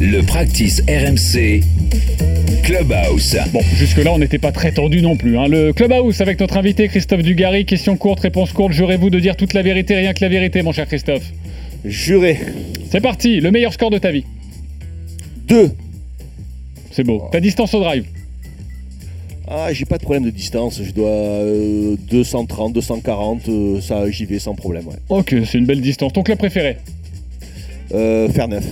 Le practice RMC Clubhouse. Bon, jusque-là, on n'était pas très tendu non plus. hein. Le Clubhouse avec notre invité Christophe Dugarry. Question courte, réponse courte. Jurez-vous de dire toute la vérité, rien que la vérité, mon cher Christophe. Juré. C'est parti, le meilleur score de ta vie. 2. C'est beau. Ta distance au drive. Ah, j'ai pas de problème de distance. Je dois euh, 230, 240. euh, ça, j'y vais sans problème. Ouais. Ok, c'est une belle distance. Ton club préféré Euh, faire neuf.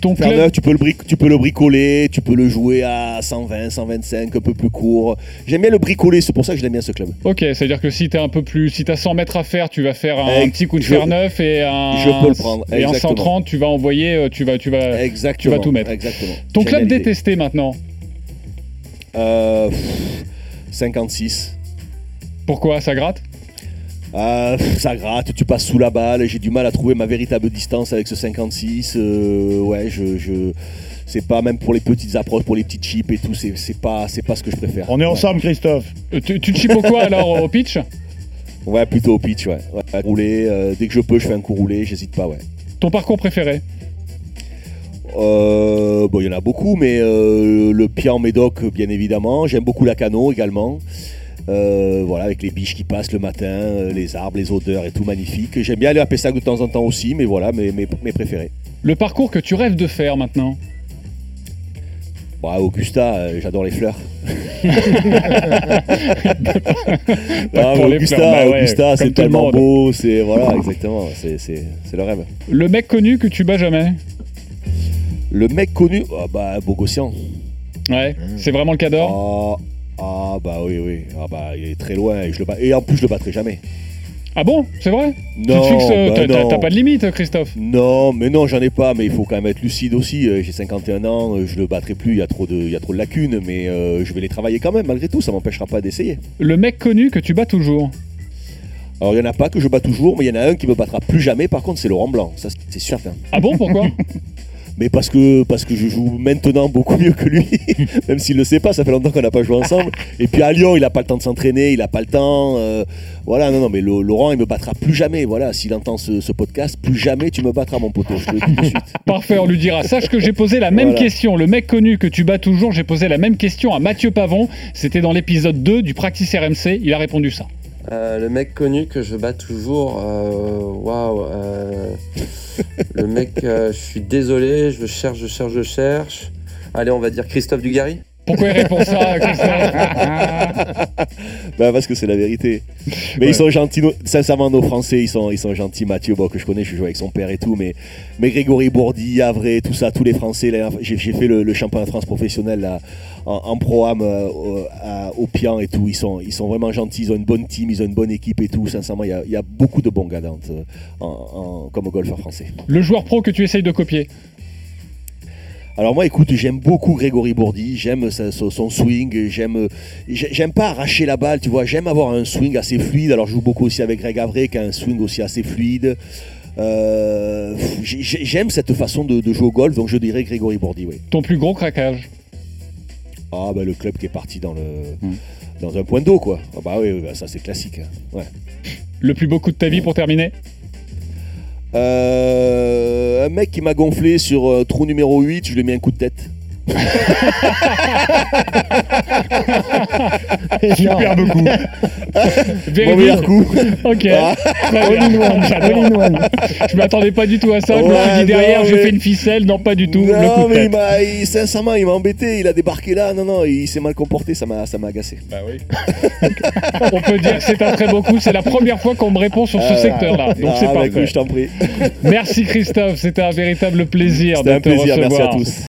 Ton Faire club neuf, tu peux, le bric- tu peux le bricoler, tu peux le jouer à 120, 125, un peu plus court. J'aime bien le bricoler, c'est pour ça que j'aime bien ce club. Ok, c'est-à-dire que si t'es un peu plus, si t'as 100 mètres à faire, tu vas faire un, Ex- petit coup de je- fer neuf et un, je peux le prendre, et un exactement. 130, tu vas envoyer, euh, tu vas, tu vas. Exactement. tout mettre. Exactement. Ton J'aime club bien l'idée. détesté maintenant. Euh, pff, 56. Pourquoi ça gratte Ah, pff, ça gratte, tu passes sous la balle, j'ai du mal à trouver ma véritable distance avec ce 56. euh, ouais, je. je- C'est pas même pour les petites approches, pour les petites chips et tout, c'est c'est pas, c'est pas ce que je préfère. On est ensemble, Christophe. Euh, Tu, tu te chies au quoi alors au pitch Ouais, Ouais, plutôt au pitch, ouais. Ouais, ouais, rouler, euh, dès que je peux, je fais un coup roulé, j'hésite pas, ouais. Ton parcours préféré Euh, bon, il y en a beaucoup, mais euh, le pied en médoc, bien évidemment. J'aime beaucoup la cano également. Euh, voilà, avec les biches qui passent le matin, euh, les arbres, les odeurs et tout, magnifique. J'aime bien aller à Pessac de temps en temps aussi, mais voilà, mes, mes, mes préférés. Le parcours que tu rêves de faire maintenant Bon, à Augusta, euh, j'adore les fleurs. Ah, pour mais les Augusta, fleurs, bah ouais, Augusta, comme tout c'est le tellement monde. beau, c'est voilà, exactement, c'est c'est- c'est le rêve. Le mec connu que tu bats jamais Le mec connu, ah bah Bogossian. Ouais, Mmh. c'est vraiment le cador Ah, ah bah oui oui, ah bah il est très loin et je le bats- et en plus je le battrai jamais. Ah bon C'est vrai Non, Tu te fixes, euh, bah t'as- t'as non. t'as pas de limite, Christophe Non, mais non, j'en ai pas, mais il faut quand même être lucide aussi. Euh, J'ai 51 ans, euh, je le battrai plus, il y a trop de, il y a trop de lacunes, mais euh, je vais les travailler quand même malgré tout, ça m'empêchera pas d'essayer. Le mec connu que tu bats toujours Alors il y en a pas que je bats toujours, mais il y en a un qui me battra plus jamais. Par contre, c'est Laurent Blanc, ça c'est- c'est certain. Ah bon Pourquoi Mais parce que, parce que je joue maintenant beaucoup mieux que lui, même s'il ne le sait pas, ça fait longtemps qu'on n'a pas joué ensemble. Et puis à Lyon, il n'a pas le temps de s'entraîner, il n'a pas le temps. euh, voilà, non, non, mais Lo- Laurent, il me battra plus jamais. Voilà, s'il entend ce, ce podcast, plus jamais tu me battras, mon poteau. Je te le dis tout de suite. Parfait, on lui dira. Sache que j'ai posé la même Voilà. question. Le mec connu que tu bats toujours, j'ai posé la même question à Mathieu Pavon. C'était dans l'épisode 2 du Practice RMC. Il a répondu ça. Euh, le mec connu que je bats toujours, euh, waouh. euh, le mec, euh, je suis désolé, je cherche, je cherche, je cherche. Allez, on va dire Christophe Dugarry. Pourquoi il répond ça, Christophe Bah, parce que c'est la vérité. Mais Ouais. ils sont gentils, nos- sincèrement, nos Français, ils sont, ils sont gentils. Mathieu, bon, que je connais, je joue avec son père et tout, mais, mais Grégory Bourdi, Avré, tout ça, tous les Français. là, J'ai j'ai fait le, le championnat de France professionnel là, en, en pro-am euh, au- à- au Pian et tout. Ils sont, ils sont vraiment gentils, ils ont une bonne team, ils ont une bonne équipe et tout. Sincèrement, il y a, il y a beaucoup de bons gars dans, euh, en- en- comme golfeur français. Le joueur pro que tu essayes de copier. Alors moi, écoute, j'aime beaucoup Grégory Bourdi, j'aime sa- son son swing, j'aime, j'ai- j'aime pas arracher la balle, tu vois, j'aime avoir un swing assez fluide. Alors je joue beaucoup aussi avec Greg Avray, qui a un swing aussi assez fluide. Euh, j'ai- j'ai- j'aime cette façon de, de jouer au golf, donc je dirais Grégory Bourdi, oui. Ton plus gros craquage. Ah bah le club qui est parti dans le Mm. dans un point d'eau quoi. Ah bah oui, oui, bah, ça c'est classique. hein. Ouais. Le plus beau coup de ta vie pour terminer. Euh, un mec qui m'a gonflé sur euh, trou numéro 8, je lui ai mis un coup de tête. Superbe coup. Véridique. Meilleur coup. Ok. Ah. Très bien. J'adore. Je m'attendais pas du tout à ça. Je me suis Ouais, dit derrière, non, j'ai mais- fait une ficelle. Non, pas du tout. le Non, coup de mais il tête. m'a, il- sincèrement, il m'a embêté. Il a débarqué là. Non, non, il s'est mal comporté. Ça m'a, ça m'a agacé. On peut dire que c'est un très beau coup. C'est la première fois qu'on me répond sur ce Ah, secteur-là. Donc c'est bah, parfait. écoute, je t'en prie. Merci Christophe. C'était un véritable plaisir C'était de un te plaisir. recevoir. Merci à tous.